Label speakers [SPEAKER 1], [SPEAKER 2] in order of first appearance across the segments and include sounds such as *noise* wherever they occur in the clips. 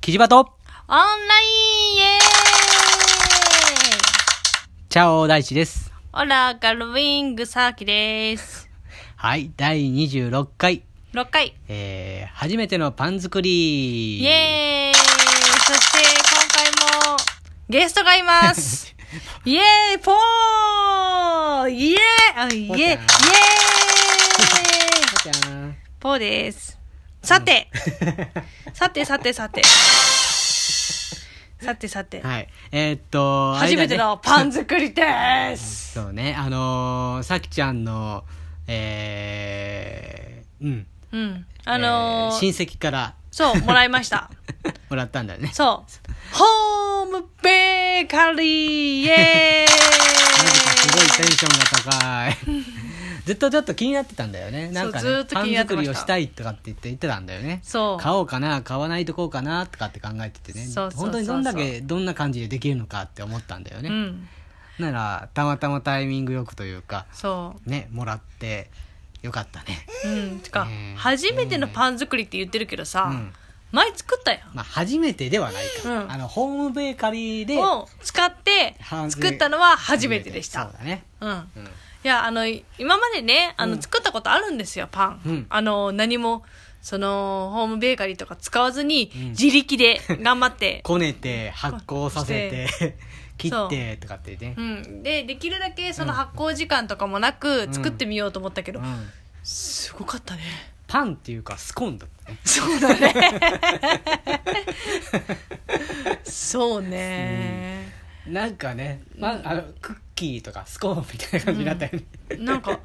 [SPEAKER 1] キジバト
[SPEAKER 2] オンラインイエーイ
[SPEAKER 1] チャオ大地です。
[SPEAKER 2] オラガルウィングサーキです。
[SPEAKER 1] はい、第26回、
[SPEAKER 2] 6回
[SPEAKER 1] えー、初めてのパン作り
[SPEAKER 2] イエーイそして今回もゲストが
[SPEAKER 1] *laughs*
[SPEAKER 2] いますイエーイポーイエーイイエーイイエーイ
[SPEAKER 1] じゃーん。
[SPEAKER 2] ポーです。さて、さてさてさて。さてさて。
[SPEAKER 1] はい。えーっと、あれ
[SPEAKER 2] 初
[SPEAKER 1] だね
[SPEAKER 2] めてのパン作りです。
[SPEAKER 1] そうね、あのー、さきちゃんの、えー、うん。
[SPEAKER 2] うん。あの
[SPEAKER 1] え
[SPEAKER 2] ー
[SPEAKER 1] ー親戚から *laughs*
[SPEAKER 2] そう、もらいました。
[SPEAKER 1] もらったんだよね。
[SPEAKER 2] そう。ホームベーカリーイ
[SPEAKER 1] なん
[SPEAKER 2] エーイ
[SPEAKER 1] かすごいテンションが高
[SPEAKER 2] *laughs*
[SPEAKER 1] い。ずっとちょっと気になってたんだよね。なんか、
[SPEAKER 2] そうず
[SPEAKER 1] ね
[SPEAKER 2] っ、と
[SPEAKER 1] パ
[SPEAKER 2] 気
[SPEAKER 1] ン
[SPEAKER 2] になって
[SPEAKER 1] 作り
[SPEAKER 2] ました
[SPEAKER 1] をしたいとかって言って言ってたんだよね。
[SPEAKER 2] そう
[SPEAKER 1] 買おうかな、買わないとこうかなとかって考えててね。
[SPEAKER 2] そうそ
[SPEAKER 1] 本
[SPEAKER 2] うそうそう
[SPEAKER 1] 当にどんだけ、どんな感じでできるのかって思ったんだよね。
[SPEAKER 2] うん。
[SPEAKER 1] なら、たまたまタイミングよくというか、
[SPEAKER 2] そ
[SPEAKER 1] ね、もらって、よかったね。
[SPEAKER 2] う。うん。てか
[SPEAKER 1] うん、
[SPEAKER 2] 初めてのパン作りって言ってるけどさ、
[SPEAKER 1] うん
[SPEAKER 2] 前作ったやん。
[SPEAKER 1] まあ、初めてではないから、
[SPEAKER 2] うん
[SPEAKER 1] あの、ホームベーカリーで、
[SPEAKER 2] を使って
[SPEAKER 1] 半
[SPEAKER 2] 作ったのは初めてでし
[SPEAKER 1] そ
[SPEAKER 2] た
[SPEAKER 1] う。だね。
[SPEAKER 2] うん。
[SPEAKER 1] うん。
[SPEAKER 2] いや、あの、今までね、あの、作ったことあるんですよ、パン。
[SPEAKER 1] うん
[SPEAKER 2] あの、何も、その、ホームベーカリーとか使わずに、
[SPEAKER 1] ん
[SPEAKER 2] 自力で頑張
[SPEAKER 1] *laughs*
[SPEAKER 2] って、
[SPEAKER 1] こねて、発酵させて、切
[SPEAKER 2] そう
[SPEAKER 1] って、とかってね
[SPEAKER 2] う。ん。で、できるだけその発酵時間とかもなく、作ってみようと思ったけど、
[SPEAKER 1] うん
[SPEAKER 2] すごかったね。
[SPEAKER 1] パンっていうかスコーンだったね
[SPEAKER 2] そうだね。そうね。
[SPEAKER 1] なんかね、まあ、あのクッキーとかスコーンみたいな感じだったよね、
[SPEAKER 2] なんか、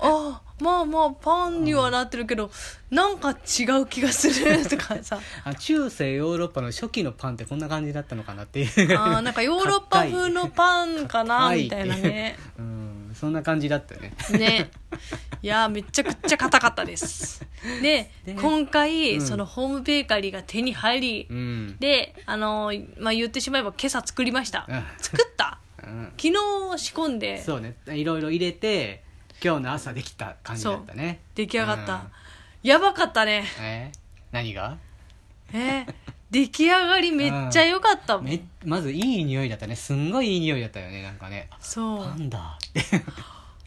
[SPEAKER 2] あ、まあまあ、パンにはなってるけど、なんか違う気がする、とか *laughs* さ。
[SPEAKER 1] あ中世ヨーロッパの初期のパンってこんな感じだったのかなって *laughs* いう
[SPEAKER 2] あーなんかヨーロッパ風のパンかなみたいな *laughs* ね、
[SPEAKER 1] 硬い *laughs* うん、そんな感じだったよね
[SPEAKER 2] ねいやーめちゃくちゃ硬かったですで
[SPEAKER 1] ね
[SPEAKER 2] 今回、
[SPEAKER 1] うん
[SPEAKER 2] そのホームベーカリーが手に入り、
[SPEAKER 1] うん
[SPEAKER 2] であのーまあ、言ってしまえば今朝作りました、
[SPEAKER 1] うん
[SPEAKER 2] 作った
[SPEAKER 1] うん
[SPEAKER 2] 昨日仕込んで
[SPEAKER 1] そうねいろいろ入れて今日の朝できた感じだったね
[SPEAKER 2] 出来上がった、
[SPEAKER 1] うん
[SPEAKER 2] やばかったね
[SPEAKER 1] え何が
[SPEAKER 2] えー出来上がりめっちゃ良かったもん、
[SPEAKER 1] めまずいい匂いだったねすんごいいい匂いだったよねなんかね
[SPEAKER 2] そう
[SPEAKER 1] パンだって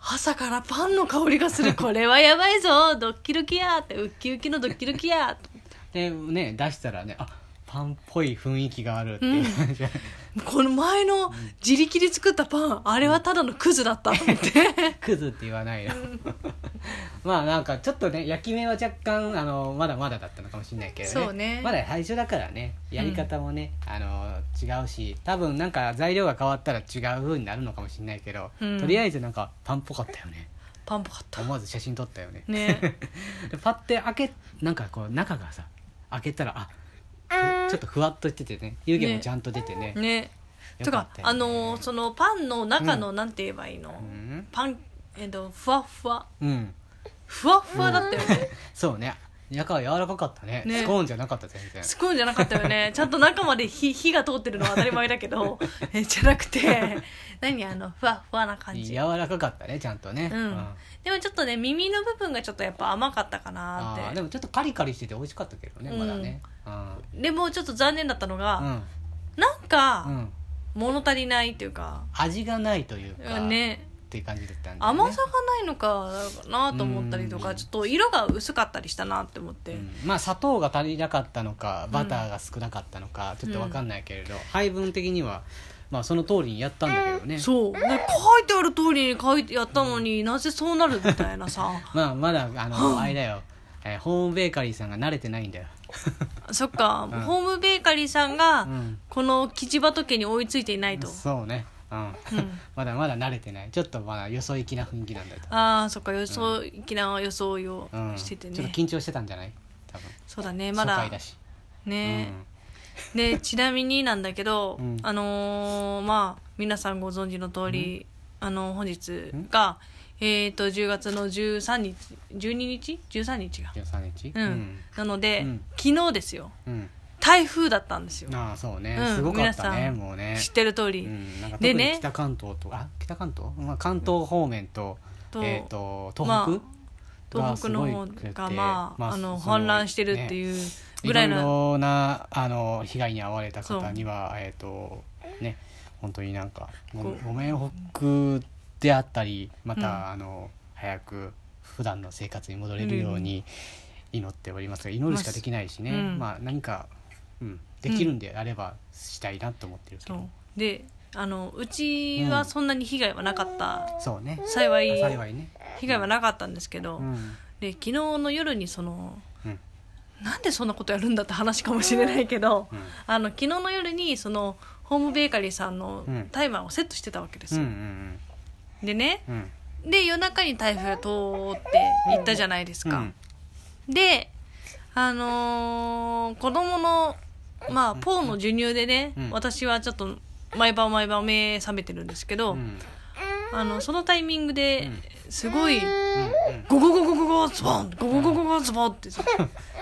[SPEAKER 2] 朝からパンの香りがするこれはやばいぞドッキドキやーってウッキウキのドッキドキやーと
[SPEAKER 1] *laughs* でね出したらねあパンっぽい雰囲気があるっていう感じ、
[SPEAKER 2] この前の自力で作ったパンあれはただのクズだったと思って
[SPEAKER 1] クズって言わないの *laughs* まあなんかちょっとね焼き目は若干あのまだまだだったのかもしれないけどね
[SPEAKER 2] そうね
[SPEAKER 1] まだ最初だからねやり方もね、あの違うし多分なんか材料が変わったら違う風になるのかもしれないけど、
[SPEAKER 2] うん
[SPEAKER 1] とりあえずなんかパンっぽかったよね
[SPEAKER 2] パンっぽかった
[SPEAKER 1] 思わず写真撮ったよね
[SPEAKER 2] ね
[SPEAKER 1] でパッて開けなんかこう中がさ開けたらあちょっとふわっとしててね湯気もちゃんと出てね
[SPEAKER 2] ね
[SPEAKER 1] *laughs* よ
[SPEAKER 2] と
[SPEAKER 1] か
[SPEAKER 2] か
[SPEAKER 1] ったよね
[SPEAKER 2] あのーそのパンの中のなんて言えばいいの、
[SPEAKER 1] うん、
[SPEAKER 2] パンえっとふわっふわ
[SPEAKER 1] うん、 *laughs*
[SPEAKER 2] ふわっふわだったよね、
[SPEAKER 1] そうね中は柔らかかったね
[SPEAKER 2] ね
[SPEAKER 1] スコーンじゃなかった全然
[SPEAKER 2] スコーンじゃなかった
[SPEAKER 1] *laughs*
[SPEAKER 2] よねちゃんと中まで火火が通ってるのは当たり前だけどえじゃなくて何あのふわっふわな感じ
[SPEAKER 1] 柔らかかったねちゃんとね、
[SPEAKER 2] うんでもちょっとね耳の部分がちょっとやっぱ甘かったかな
[SPEAKER 1] あ
[SPEAKER 2] ー
[SPEAKER 1] ー
[SPEAKER 2] っ
[SPEAKER 1] で
[SPEAKER 2] て
[SPEAKER 1] もちょっとカリカリしてて美味しかったけどねまだね
[SPEAKER 2] でもちょっと残念だったの
[SPEAKER 1] うん、う
[SPEAKER 2] が、
[SPEAKER 1] ん
[SPEAKER 2] なんか、
[SPEAKER 1] うん
[SPEAKER 2] 物足りないっていうか、
[SPEAKER 1] 味がないというか、
[SPEAKER 2] ね
[SPEAKER 1] っていう感じだったんで、ね、
[SPEAKER 2] 甘さがないのかなと思ったりと
[SPEAKER 1] う
[SPEAKER 2] か
[SPEAKER 1] ん
[SPEAKER 2] ちょっと色が薄かったりしたなって思って、
[SPEAKER 1] うんまあ砂糖が足りなかったのかバターが少なかったのか、ちょっと分かんないけれど、配分的にはまあその通りにやったんだけどね
[SPEAKER 2] そうで書いてある通りに書いてやったのに、なぜそうなるみたい
[SPEAKER 1] *laughs*
[SPEAKER 2] なさ
[SPEAKER 1] まあまだあのあれだよ、えーホームベーカリーさんが慣れてないんだよ、
[SPEAKER 2] そっか、ホームベーカリーさんが、
[SPEAKER 1] うん
[SPEAKER 2] この吉場家に追いついていない
[SPEAKER 1] *laughs*
[SPEAKER 2] と、
[SPEAKER 1] そうねうん、
[SPEAKER 2] ん
[SPEAKER 1] *laughs* まだまだ慣れてないちょっとまだよそ行きな雰囲気なんだよ
[SPEAKER 2] ああそっか予想きな装いを
[SPEAKER 1] うん
[SPEAKER 2] してて
[SPEAKER 1] ちょっ
[SPEAKER 2] ね
[SPEAKER 1] と、緊張してたんじゃない多分
[SPEAKER 2] そうだねまだ
[SPEAKER 1] 初回だし、
[SPEAKER 2] ね、でちなみになんだけど、
[SPEAKER 1] うん
[SPEAKER 2] あのーまあ皆さんご存知の通り、あの本日が、えっ、と10月の13日12日13日が
[SPEAKER 1] うん、13日
[SPEAKER 2] うん、なので、
[SPEAKER 1] うん
[SPEAKER 2] 昨日ですよ
[SPEAKER 1] うん
[SPEAKER 2] 台風だったんですよ、
[SPEAKER 1] ああそうね、
[SPEAKER 2] うん
[SPEAKER 1] すごかった
[SPEAKER 2] 皆
[SPEAKER 1] ね
[SPEAKER 2] さん
[SPEAKER 1] もうね
[SPEAKER 2] 知ってる通り、
[SPEAKER 1] うん、なんか特
[SPEAKER 2] で
[SPEAKER 1] に
[SPEAKER 2] ね
[SPEAKER 1] 北関東と、あ北関東、まあ、関東方面と,、
[SPEAKER 2] と
[SPEAKER 1] えー、と東北、
[SPEAKER 2] まあ東北の方がまあ、あの氾濫してるっ
[SPEAKER 1] う
[SPEAKER 2] ていう
[SPEAKER 1] い
[SPEAKER 2] ぐ
[SPEAKER 1] ろ
[SPEAKER 2] らい
[SPEAKER 1] い
[SPEAKER 2] の
[SPEAKER 1] ろなあの被害に遭われた方にはえっ、とね本当になんかご
[SPEAKER 2] こう
[SPEAKER 1] ご迷惑であったりまた、
[SPEAKER 2] うん
[SPEAKER 1] あの早く普段の生活に戻れるように祈っておりますが、祈るしかできないしね、
[SPEAKER 2] うん
[SPEAKER 1] まあ何か、うん、できるんであればしたいなと思ってるけど、
[SPEAKER 2] そうであのうちはそんなに被害はなかった、
[SPEAKER 1] そうね
[SPEAKER 2] 幸い
[SPEAKER 1] 幸いね、
[SPEAKER 2] 被害はなかったんですけど、
[SPEAKER 1] うん
[SPEAKER 2] で昨日の夜にその
[SPEAKER 1] うん
[SPEAKER 2] なんでそんなことやるんだって話かもしれないけど、
[SPEAKER 1] うん
[SPEAKER 2] あの昨日の夜にそのホームベーカリーさんの
[SPEAKER 1] うん
[SPEAKER 2] タイマーをセットしてたわけで
[SPEAKER 1] う
[SPEAKER 2] す
[SPEAKER 1] んう
[SPEAKER 2] よ、
[SPEAKER 1] ん
[SPEAKER 2] でね
[SPEAKER 1] うんうん
[SPEAKER 2] で夜中に台風が通って行ったじゃないですか、であのー子供のまあポーの授乳でね、
[SPEAKER 1] うん
[SPEAKER 2] 私はちょっと毎晩毎晩目覚めてるんですけど、
[SPEAKER 1] うんうん
[SPEAKER 2] あのそのタイミングで
[SPEAKER 1] う
[SPEAKER 2] すごい
[SPEAKER 1] うん
[SPEAKER 2] ゴゴゴゴゴゴズボンゴゴゴゴゴズボンってさ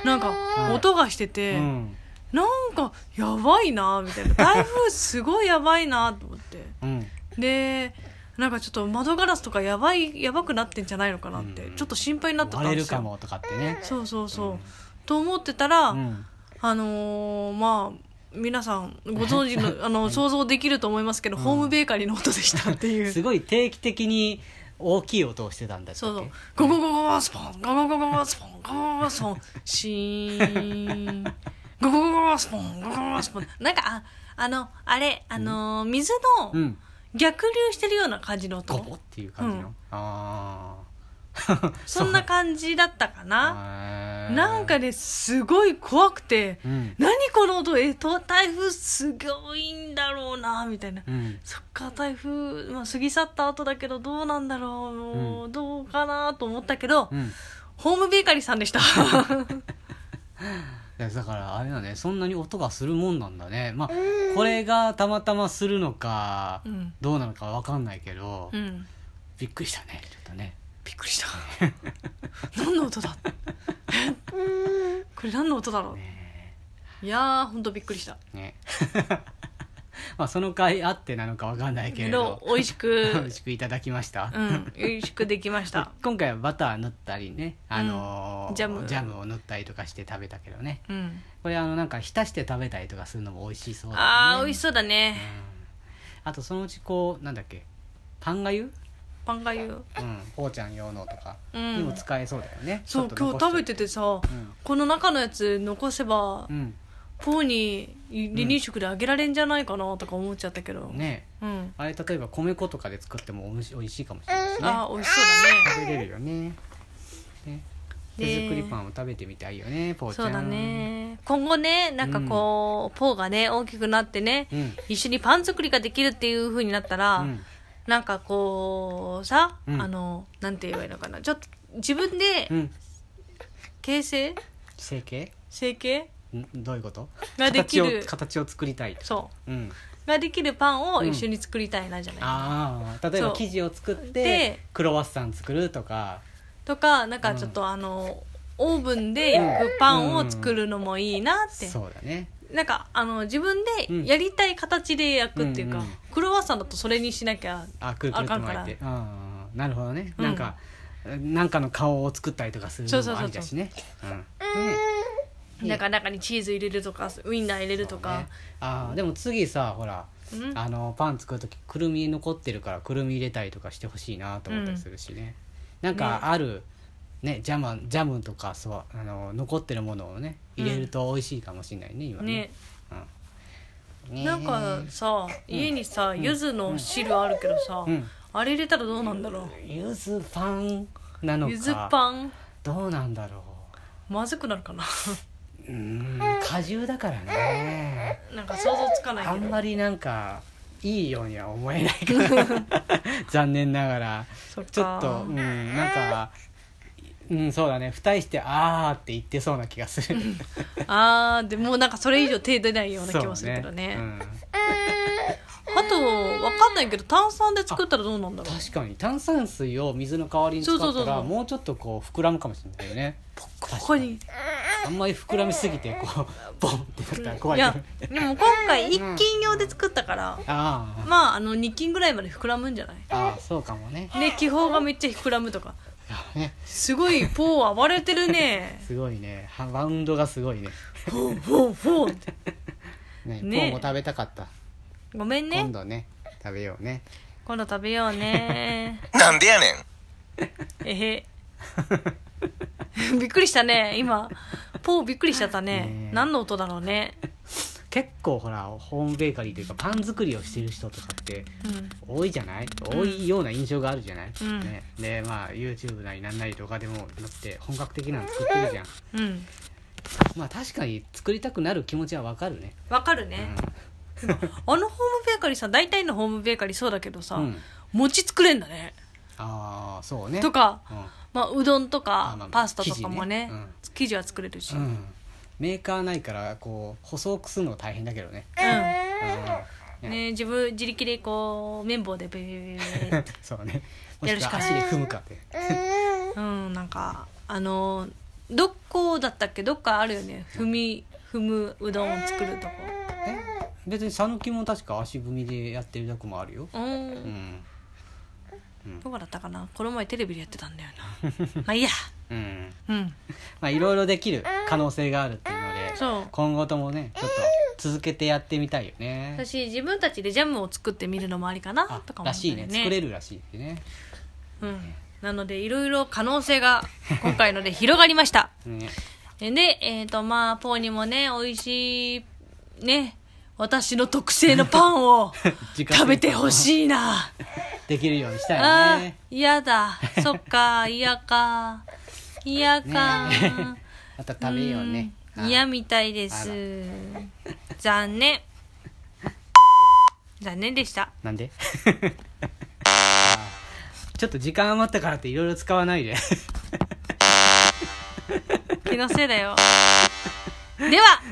[SPEAKER 2] なんか
[SPEAKER 1] うん
[SPEAKER 2] 音がしてて、
[SPEAKER 1] うん
[SPEAKER 2] なんかやばいなみたいな台風すごいやばいなと思って
[SPEAKER 1] うん
[SPEAKER 2] でなんかちょっと窓ガラスとかやばいやばくなってんじゃないのかなって、
[SPEAKER 1] うん
[SPEAKER 2] ちょっと心配になってた
[SPEAKER 1] 割
[SPEAKER 2] ん
[SPEAKER 1] れ
[SPEAKER 2] で
[SPEAKER 1] る
[SPEAKER 2] す
[SPEAKER 1] か
[SPEAKER 2] よ
[SPEAKER 1] もとかってね
[SPEAKER 2] そうそうそう、
[SPEAKER 1] うん
[SPEAKER 2] と思ってたら、
[SPEAKER 1] うん
[SPEAKER 2] あのーまあ皆さんご存知のあの想像できると思いますけど、ホームベーカリーの音でしたっていう
[SPEAKER 1] すごい定期的に大きい音をしてたんだっ
[SPEAKER 2] そうそう
[SPEAKER 1] け。
[SPEAKER 2] ゴゴゴゴゴスポン、ゴゴゴゴゴスポン、ゴゴゴゴスポン、シーン。ゴゴゴゴゴスポン、ゴゴゴゴスポン。なんか、あ、あの、あれ、あのー、水
[SPEAKER 1] う
[SPEAKER 2] の
[SPEAKER 1] ん
[SPEAKER 2] 逆流してるような感じの
[SPEAKER 1] ゴボ
[SPEAKER 2] 音
[SPEAKER 1] っ。ていう感じの、
[SPEAKER 2] うん
[SPEAKER 1] ああ
[SPEAKER 2] *laughs* そんな感じだったかな。
[SPEAKER 1] な
[SPEAKER 2] なんかね、すごい怖くて、
[SPEAKER 1] うん
[SPEAKER 2] 何この音、えっと、台風すごいんだろうな、みたいな。
[SPEAKER 1] うん
[SPEAKER 2] そっか台風、まあ、過ぎ去った後だけどどうなんだろう、
[SPEAKER 1] う
[SPEAKER 2] どうかなと思ったけど、
[SPEAKER 1] うん
[SPEAKER 2] ホームベーカリーさん
[SPEAKER 1] *laughs*
[SPEAKER 2] でした。
[SPEAKER 1] いやだからあれだねそんなに音がするもんなんだねまあこれがたまたまするのか、
[SPEAKER 2] うん
[SPEAKER 1] どうなのかわかんないけど、
[SPEAKER 2] うん、
[SPEAKER 1] びっくりしたねちょっとね
[SPEAKER 2] びっくりした何の音だえこれ何の音だろう、いやーほんとびっくりした
[SPEAKER 1] ね *laughs* まあその回あってなのかわかんないけ
[SPEAKER 2] け
[SPEAKER 1] れ
[SPEAKER 2] ど
[SPEAKER 1] ど
[SPEAKER 2] 美味し
[SPEAKER 1] *laughs*
[SPEAKER 2] く
[SPEAKER 1] 美味しくいただきました、
[SPEAKER 2] うん美味しくできました
[SPEAKER 1] 今回はバター塗ったりね、あのー
[SPEAKER 2] うんジャム
[SPEAKER 1] を塗ったりとかして食べたけどね
[SPEAKER 2] うん
[SPEAKER 1] これあのなんか浸して食べたりとかするのも美味しそうだね
[SPEAKER 2] あー美味し
[SPEAKER 1] し
[SPEAKER 2] そうだね
[SPEAKER 1] あとそのうちこうなんだっけパンがゆ
[SPEAKER 2] パンがゆ
[SPEAKER 1] うんこうちゃん用のとか
[SPEAKER 2] うん
[SPEAKER 1] にも使えそうだよね、
[SPEAKER 2] そう
[SPEAKER 1] ちょっと
[SPEAKER 2] 今
[SPEAKER 1] 残し
[SPEAKER 2] 日
[SPEAKER 1] とい
[SPEAKER 2] 食べててさ
[SPEAKER 1] うん
[SPEAKER 2] この中のやつ残せば
[SPEAKER 1] うん
[SPEAKER 2] ポーに離乳食であげられんじゃないかなとか思っちゃったけど
[SPEAKER 1] ね
[SPEAKER 2] うん
[SPEAKER 1] あれ例えば米粉とかで作ってもおもし美味しいかもしれないしね
[SPEAKER 2] あー美味しそうだね
[SPEAKER 1] 食べれるよねね手
[SPEAKER 2] で
[SPEAKER 1] 作りパンを食べてみたいよねぽーちゃん
[SPEAKER 2] そうだね今後ねなんかこう、ポーがね大きくなってね、
[SPEAKER 1] うん
[SPEAKER 2] 一緒にパン作りができるっていう風になったら、
[SPEAKER 1] うん
[SPEAKER 2] なんかこうさ、
[SPEAKER 1] うん
[SPEAKER 2] あのなんて言えばいいのかなちょっと自分で
[SPEAKER 1] うん
[SPEAKER 2] 形成
[SPEAKER 1] 整形
[SPEAKER 2] 成形
[SPEAKER 1] んどういうこと
[SPEAKER 2] ができる
[SPEAKER 1] 形を形を作りたいと
[SPEAKER 2] そ
[SPEAKER 1] うん、
[SPEAKER 2] うができるパンを一緒に作りたいなじゃない、
[SPEAKER 1] ああ例え
[SPEAKER 2] そ
[SPEAKER 1] ば
[SPEAKER 2] う
[SPEAKER 1] 生地を作って
[SPEAKER 2] で
[SPEAKER 1] クロワッサン作るとか
[SPEAKER 2] とかなんかちょっとあの、オーブンで焼くパンを作るのもいいなって、
[SPEAKER 1] そうだね
[SPEAKER 2] なんかあの自分
[SPEAKER 1] うん
[SPEAKER 2] でやりたい形で焼くっていうか、
[SPEAKER 1] うんうん
[SPEAKER 2] クロワッサンだとそれにしなきゃ
[SPEAKER 1] あくるくるっと
[SPEAKER 2] あかん
[SPEAKER 1] 巻いてああなるほどね、
[SPEAKER 2] うん
[SPEAKER 1] なんかなんかの顔を作ったりとかする
[SPEAKER 2] そう
[SPEAKER 1] の
[SPEAKER 2] そう
[SPEAKER 1] もあ
[SPEAKER 2] そうそう
[SPEAKER 1] りだしねうん
[SPEAKER 2] なんか中にチーズ入れるとかウインナー入れると
[SPEAKER 1] そう
[SPEAKER 2] か
[SPEAKER 1] ね、ああでも次さほら
[SPEAKER 2] うん
[SPEAKER 1] あのパン作る時くるみ残ってるからくるみ入れたりとかしてほしいなと思ったりするしね、なん
[SPEAKER 2] ね
[SPEAKER 1] かあるねジャムジャムとかそうあの残ってるものをね入れると美味しいかもしれないね今ね
[SPEAKER 2] ね
[SPEAKER 1] うんね
[SPEAKER 2] なんかさ家にさ柚子の汁あるけどさ、
[SPEAKER 1] うん
[SPEAKER 2] あれ入れたらどうなんだろ
[SPEAKER 1] ゆずパンなの
[SPEAKER 2] う
[SPEAKER 1] か
[SPEAKER 2] 柚子パン
[SPEAKER 1] どうなんだろ
[SPEAKER 2] まずくなるか *laughs* な
[SPEAKER 1] ううーん果汁だからね
[SPEAKER 2] なんか想像つかない
[SPEAKER 1] あ
[SPEAKER 2] け
[SPEAKER 1] ん
[SPEAKER 2] ど
[SPEAKER 1] まりなんかいいようには思えない *laughs* から
[SPEAKER 2] *laughs*
[SPEAKER 1] 残念ながら
[SPEAKER 2] そっか
[SPEAKER 1] ちょっとうんなんかうんそうだね付帯して「あー」って言ってそうな気がす
[SPEAKER 2] *laughs*
[SPEAKER 1] る
[SPEAKER 2] あーでもうなんかそれ以上手出ないような
[SPEAKER 1] そう
[SPEAKER 2] 気もするけどね
[SPEAKER 1] うん
[SPEAKER 2] あとわかんないけど炭酸で作ったらどうなんだろう
[SPEAKER 1] 確かに炭酸水を水の代わりに使
[SPEAKER 2] そう
[SPEAKER 1] っ
[SPEAKER 2] そ
[SPEAKER 1] た
[SPEAKER 2] うそうそ
[SPEAKER 1] ら
[SPEAKER 2] う
[SPEAKER 1] もうちょっとこう膨らむかもしれないよね
[SPEAKER 2] ここに
[SPEAKER 1] あんまり膨らみすぎてこうボンってなったら怖
[SPEAKER 2] い
[SPEAKER 1] いけど
[SPEAKER 2] やでも今回一斤用で作ったから、
[SPEAKER 1] あー
[SPEAKER 2] まああの2斤ぐらいまで膨らむんじゃない
[SPEAKER 1] あーそうかもね
[SPEAKER 2] ね気泡がめっちゃ膨らむとか
[SPEAKER 1] やね
[SPEAKER 2] すごいポー暴れてるね
[SPEAKER 1] すごいねはバウンドがすごいね
[SPEAKER 2] フォーフォーフォーって
[SPEAKER 1] ね
[SPEAKER 2] ね
[SPEAKER 1] ポーも食べたかった
[SPEAKER 2] ごめんね
[SPEAKER 1] 今
[SPEAKER 2] 今度
[SPEAKER 1] 度ね食べようね
[SPEAKER 2] 食べよう *laughs* ね
[SPEAKER 3] なんでやねん
[SPEAKER 2] えへ *laughs* びっくりしたね今ポーびっくりしちゃったね
[SPEAKER 1] ね
[SPEAKER 2] 何の音だろうね
[SPEAKER 1] 結構ほらホームベーカリーというかパン作りをしてる人とかって
[SPEAKER 2] うん
[SPEAKER 1] 多いじゃない多いような印象があるじゃない、
[SPEAKER 2] うん
[SPEAKER 1] ね、でまあ YouTube なりなんなりとかでもなって本格的なの作ってるじゃん
[SPEAKER 2] うん
[SPEAKER 1] まあ確かに作りたくなる気持ちはわかるね
[SPEAKER 2] わかるね、あのホームベーカリーさ大体のホームベーカリーそうだけどさ、
[SPEAKER 1] うん
[SPEAKER 2] 餅作れんだね
[SPEAKER 1] ああそうね
[SPEAKER 2] とか、
[SPEAKER 1] うん
[SPEAKER 2] まあ、うどんと
[SPEAKER 1] あ
[SPEAKER 2] か
[SPEAKER 1] まあ
[SPEAKER 2] パスタとかも
[SPEAKER 1] 生
[SPEAKER 2] ね
[SPEAKER 1] 地ね
[SPEAKER 2] 生地は作れるし、
[SPEAKER 1] うん、メーカーないからこう細くするの大変だけどね、
[SPEAKER 2] う
[SPEAKER 1] うんん
[SPEAKER 2] ね、自分自力でこう綿棒でビビビ
[SPEAKER 1] *laughs*
[SPEAKER 2] ビビ
[SPEAKER 1] そうねも
[SPEAKER 2] や
[SPEAKER 1] しく
[SPEAKER 2] るしか
[SPEAKER 1] は
[SPEAKER 2] ない
[SPEAKER 1] 足で踏むかって
[SPEAKER 2] うんなんかあのどこだったっけどっかあるよね踏み踏むうどんを作るとこ
[SPEAKER 1] え別に讃岐も確か足踏みでやってるとこもあるよ、
[SPEAKER 2] う
[SPEAKER 1] うんん
[SPEAKER 2] どこだったかなこの前テレビでやってたんだよな
[SPEAKER 1] *laughs*
[SPEAKER 2] まあいいや
[SPEAKER 1] うん、
[SPEAKER 2] うん
[SPEAKER 1] まあいろいろできる可能性があるっていうので
[SPEAKER 2] そう
[SPEAKER 1] 今後ともねちょっと続けてやってみたいよね
[SPEAKER 2] 私自分たちでジャムを作ってみるのもありかな
[SPEAKER 1] あ
[SPEAKER 2] とかも
[SPEAKER 1] らしいね作れ
[SPEAKER 2] る、
[SPEAKER 1] るらしいってね
[SPEAKER 2] うん、なのでいろいろ可能性が今回ので広がりました
[SPEAKER 1] ね
[SPEAKER 2] で、えっ、と、まあ、ポーにもね、美味しい、ね、私の特製のパンを
[SPEAKER 1] *laughs* 自家製パン
[SPEAKER 2] 食べてほしいな。
[SPEAKER 1] できるようにした
[SPEAKER 2] あ
[SPEAKER 1] い
[SPEAKER 2] ー
[SPEAKER 1] ね
[SPEAKER 2] 嫌だ。そっか、嫌か。嫌か。
[SPEAKER 1] ね *laughs* また食べようね
[SPEAKER 2] うん嫌みたいです。残念。残念でした。
[SPEAKER 1] なんで *laughs* ちょっと時間余ったからっていろいろ使わないで *laughs*
[SPEAKER 2] 気のせいだよ。では、